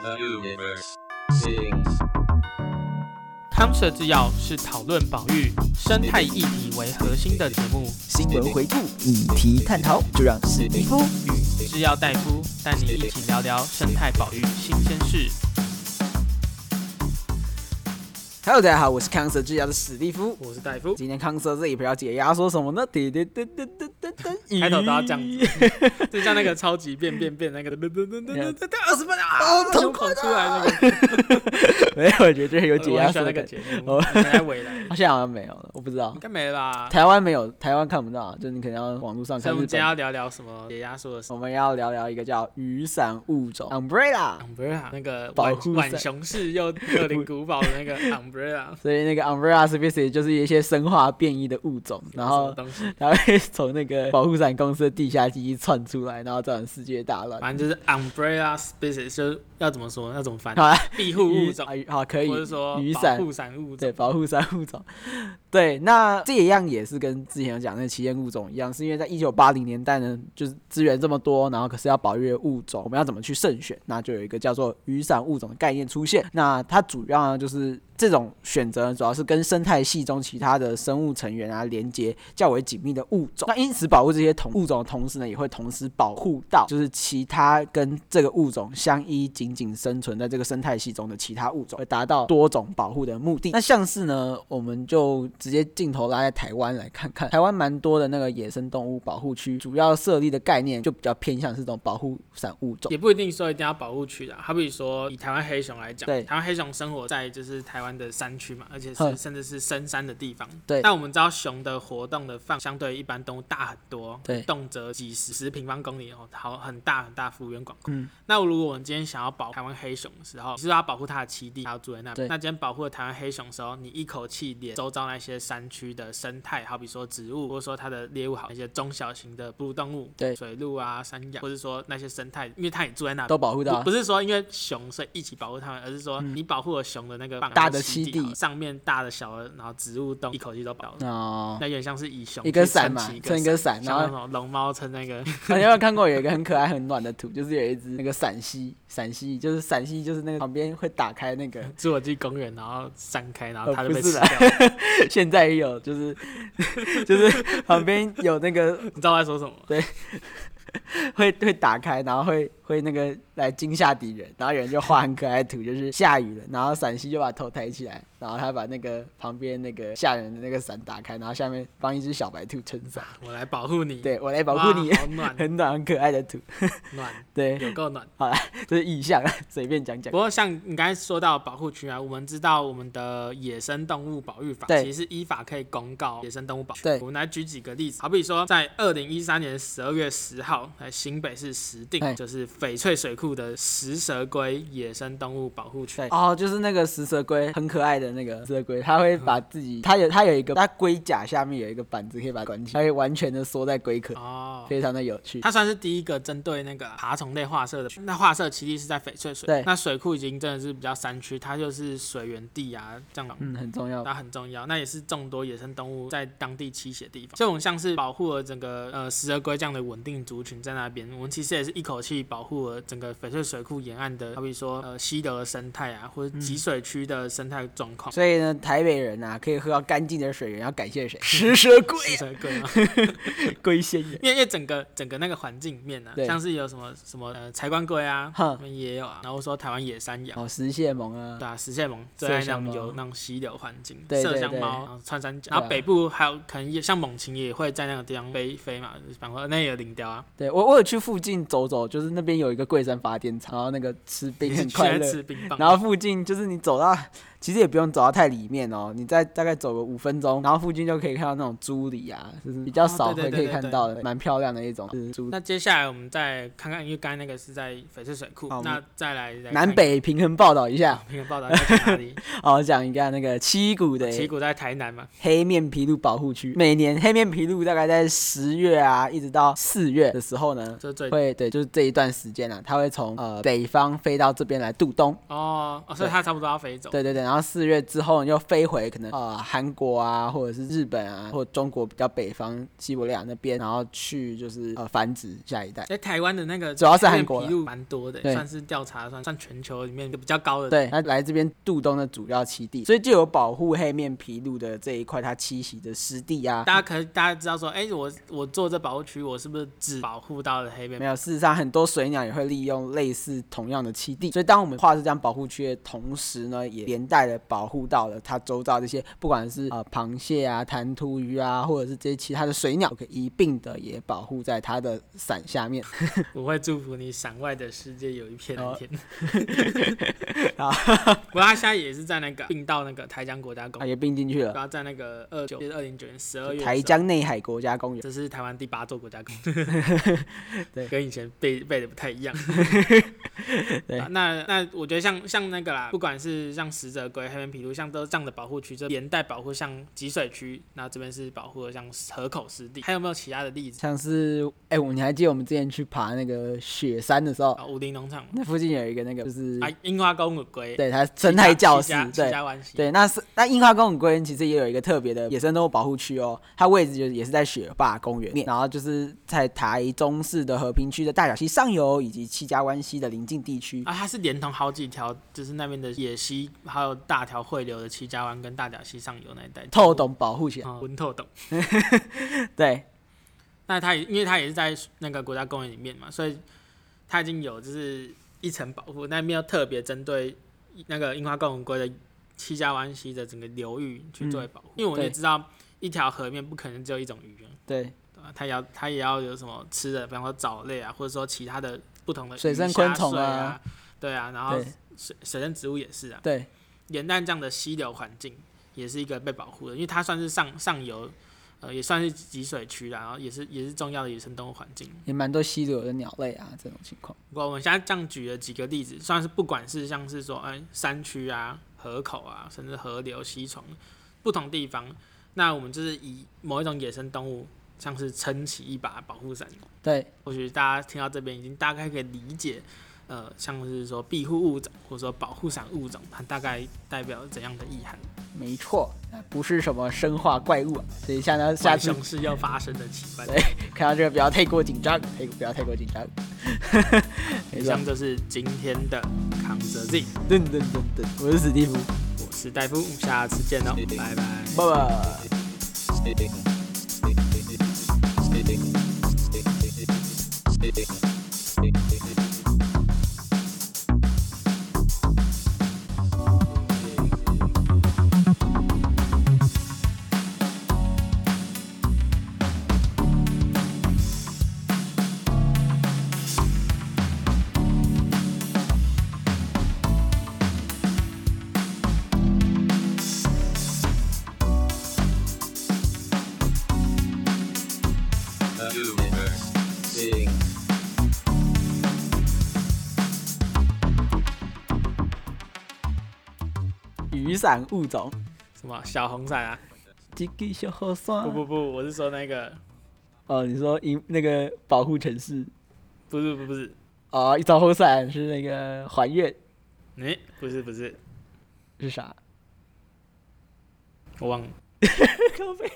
The universe sings. 康舍制药是讨论保育、生态议题为核心的节目，新闻回顾、议题探讨，就让史蒂夫与制药大夫带你一起聊聊生态保育新鲜事。 Hello，大家好，我是康蛇之牙的史蒂夫。我是大 夫，今天康蛇这一盘要解压说什么呢？滴滴滴滴滴滴滴，开头都要这样子， 就像那个超级变变变那个噔噔噔噔噔噔噔二十分钟啊，头头跑出来那个， 没有，我觉得这很有 解我压很喜欢那说个的感觉。节目，哦很爱未 来，好像好像没有了，我不知道应。该没了吧？台湾没有，台湾看不到，就是你可能要网络上所以看我日们今天本。要聊聊什么解压缩的事我们要聊聊一个叫雨伞物种 （umbrella）， umbrella 那个保浣护伞浣熊市又特林古堡的那个 umbrella，所以那个 umbrella species 就是一些生化变异的物种，然什后么东西，它会从那个保护伞公司的地下基地窜出来，然后造成世界大乱。反正就是 umbrella species，就是要怎么说，要怎么翻好，啦，庇护物雨种啊，雨好可以，或者说雨保伞护伞物种对，，保护伞物种。对，那这一样也是跟之前有讲的那旗舰物种一样，是因为在一九八零年代呢，就是资源这么多，然后可是要保育的物种，我们要怎么去慎选？那就有一个叫做雨伞物种的概念出现。那它主要呢就是这种选择呢主要是跟生态系中其他的生物成员啊连接较为紧密的物种。那因此保护这些同物种的同时呢，也会同时保护到就是其他跟这个物种相依紧紧生存在这个生态系中的其他物种，而达到多种保护的目的。那像是呢，我们就直接镜头拉在台湾来看看，台湾蛮多的那个野生动物保护区，主要设立的概念就比较偏向是这种保护伞物种。也不一定说一定要保护区的。好比说，以台湾黑熊来讲，对台湾黑熊生活在就是台湾的山区嘛，而且是哼甚至是深山的地方。对但我们知道熊的活动的范相对一般动物大很多，对动辄几十十平方公里哦，好很大很大，幅员广阔。嗯那如果我们今天想要保护台湾黑熊的时候，你是要保护它的栖地，它要住在那边对。那今天保护了台湾黑熊的时候，你一口气连周遭那些山区的生态，好比说植物，或者说它的猎物好，那些中小型的哺乳动物，对水鹿啊、山羊，或者说那些生态，因为它也住在那边都保护到啊不不是说因为熊所以一起保护它们，而是说你保护了熊的那个棒嗯大的的栖栖地好了，地上面大的小的，然后植物都一口气都保护。哦，那有点像是以熊一根去撑伞嘛起一，撑伞一根伞，然像那后种龙猫撑那个 你有没有看过有一个很可爱很暖的图，就是有一只那个陕西，陕西就是陕西就是那个旁边会打开那个，侏罗纪公园，然后散开，然后呃它就不被吃是掉啦了。现在也有，就是 就是旁边有那个你知道我在说什么吗？会会打开，然后会会那个来惊吓敌人，然后有人就画很可爱的图，就是下雨了，然后陕西就把头抬起来，然后他把那个旁边那个吓人的那个伞打开，然后下面放一只小白兔撑伞，我来保护你，对我来保哇护你，好暖 很暖很可爱的图，暖，对，有够暖。这是意象，啊随便讲讲不，过像你刚才说到保护区啊，我们知道我们的野生动物保育法对其实是依法可以公告野生动物保育。对我们来举几个例子，好比说在二零一三年十二月十号，在新北市石哎碇，就是翡翠水库的石蛇龟野生动物保护区。对，哦，就是那个食蛇龟，很可爱的那个食蛇龟，它会嗯把自己，它有它有一个，它龟甲下面有一个板子可以把它关起来，它会完全的缩在龟壳，哦，非常的有趣。它算是第一个针对那个爬虫类画社的。那画社其地是在翡翠水，对那水库已经真的是比较山区，它就是水源地啊，这样。嗯，很重要。那很重要，那也是众多野生动物在当地栖息的地方。这种像是保护了整个呃食蛇龟这样的稳定族群在那边，我们其实也是一口气保护了整个翡翠水库沿岸的，好比说呃溪流的生态啊，嗯或者集水区的生态状 况。所以呢，台北人啊呐、可以喝到干净的水源，要感谢谁？食蛇龟 食蛇龟嘛，龟仙人。因为因为整个整个那个环境里面呢、啊，对像是有什么什么呃柴棺龟啊，哼他们也有啊，然后说台湾野山羊。哦，食蟹獴啊，对啊，石蟹獴最爱那麝香种猫有那种溪流环境，对麝对香对猫，然后穿山甲，对啊然后北部还有可能也像猛禽也会在那个地方飞飞嘛，就是反正那也有领雕啊，对我我有去附近走走，就是那边有一个桂山发电厂，然后那个吃冰 很喜快欢乐。吃冰棒，然后附近就是你走到，其实也不用走到太里面哦，你再大概走个五分钟，然后附近就可以看到那种猪里啊，就是比较少哦对对会对可以对看对嗯到的，蛮漂亮的一种就是猪。那接下来我们再看看，因为刚才那个是在翡翠水库好，我们那再来来看南北平衡报道一下，平的报道在哪里？哦，讲一下那个七股的旗鼓在台南嘛，黑面琵鹭保护区。每年黑面琵鹭大概在十月啊，一直到四月的时候呢，这最会对，就是这一段时间啊，它会从呃北方飞到这边来渡冬。哦哦，所以对它差不多要飞走，对对对，然后四月之后呢又飞回可能呃韩国啊，或者是日本啊，或者中国比较北方西伯利亚那边，然后去去就是呃繁殖下一代。在台湾的那个主要是韩国那个啦笔录蛮多的，对算是调查算算全球里面比较高的。对，它来这边渡冬的主要栖地，所以就有保护黑面琵鹭的这一块它栖息的湿地啊。大家可大家知道说，哎、我我做这保护区，我是不是只保护到了黑背没？有，事实上很多水鸟也会利用类似同样的栖地，所以当我们划出这样保护区的同时呢，也连带的保护到了它周遭这些，不管是呃螃蟹啊、弹涂鱼啊，或者是这些其他的水鸟，可以一并的也保护在它的伞下面。我会祝福你伞外的世界有一片蓝天。 好，不过他现在也是在那个并到那个台江国家公啊，园，也并进去然了后在那个二九二零九年十二月台的时候江内海国家公园。这是台湾第八座国家公园， 对跟以前背背的不太一样。 对啊那那我觉得像像那个啦，不管是像石泽龟、黑面琵鹭，像都这样的保护区，这连带保护像集水区，那这边是保护了像河口湿地，还有没有其他的例子？像是哎、我你还记得我们之前去爬那个雪山的时候，啊，武林农场那附近有一个那个就是，啊，樱花公母龟，对，它生态教七室家，对七，家湾溪，对，那是那樱花公园公园其实也有一个特别的野生动物保护区哦，它位置就是也是在雪霸公园面，然后就是在台中市的和平区的大甲溪上游以及七家湾溪的邻近地区。啊，它是连同好几条，就是那边的野溪，还有大条汇流的七家湾跟大甲溪上游那一带，透懂保护 起来，啊，文透懂。对，那它也因为它也是在那个国家公园里面嘛，所以它已经有就是一层保护，但没有特别针对那个樱花共和国的七家湾溪的整个流域去作为保护，因为我们也嗯对知道一条河面不可能只有一种鱼啊，对，对吧它也要它也要有什么吃的，比方说藻类啊，或者说其他的不同的水鱼生虾昆虫水啊啊，对啊，然后对水水生植物也是啊，对，盐淡这样的溪流环境也是一个被保护的，因为它算是上上游，呃，也算是集水区啦，然后也是也是重要的野生动物环境。也蛮多溪流的鸟类啊这种情况。不过我们现在这样举了几个例子，算是不管是像是说，哎、山区啊、河口啊，甚至河流、溪床不同地方，那我们就是以某一种野生动物，像是撑起一把保护伞。对，或许大家听到这边已经大概可以理解，呃，像是说庇护物种或者说保护伞物种，它大概代表怎样的意涵。没错，那不是什么生化怪物、啊，所以下呢下浣次熊市要发生的奇观。对看到这个不要太过紧张，太不要太过紧张。 没以错上，就是今天的扛着 Z，噔噔噔噔，我是史蒂夫，我是戴夫，下次见喽，拜拜。拜拜。 The universe sings. 《雨伞物种什么小红伞啊？》，几个小河山。不不不，我是说那个，哦，你说一那个保护城市不是不是不是，哦，一招后伞是那个还愿哎、不是不是，是啥？我忘了。靠背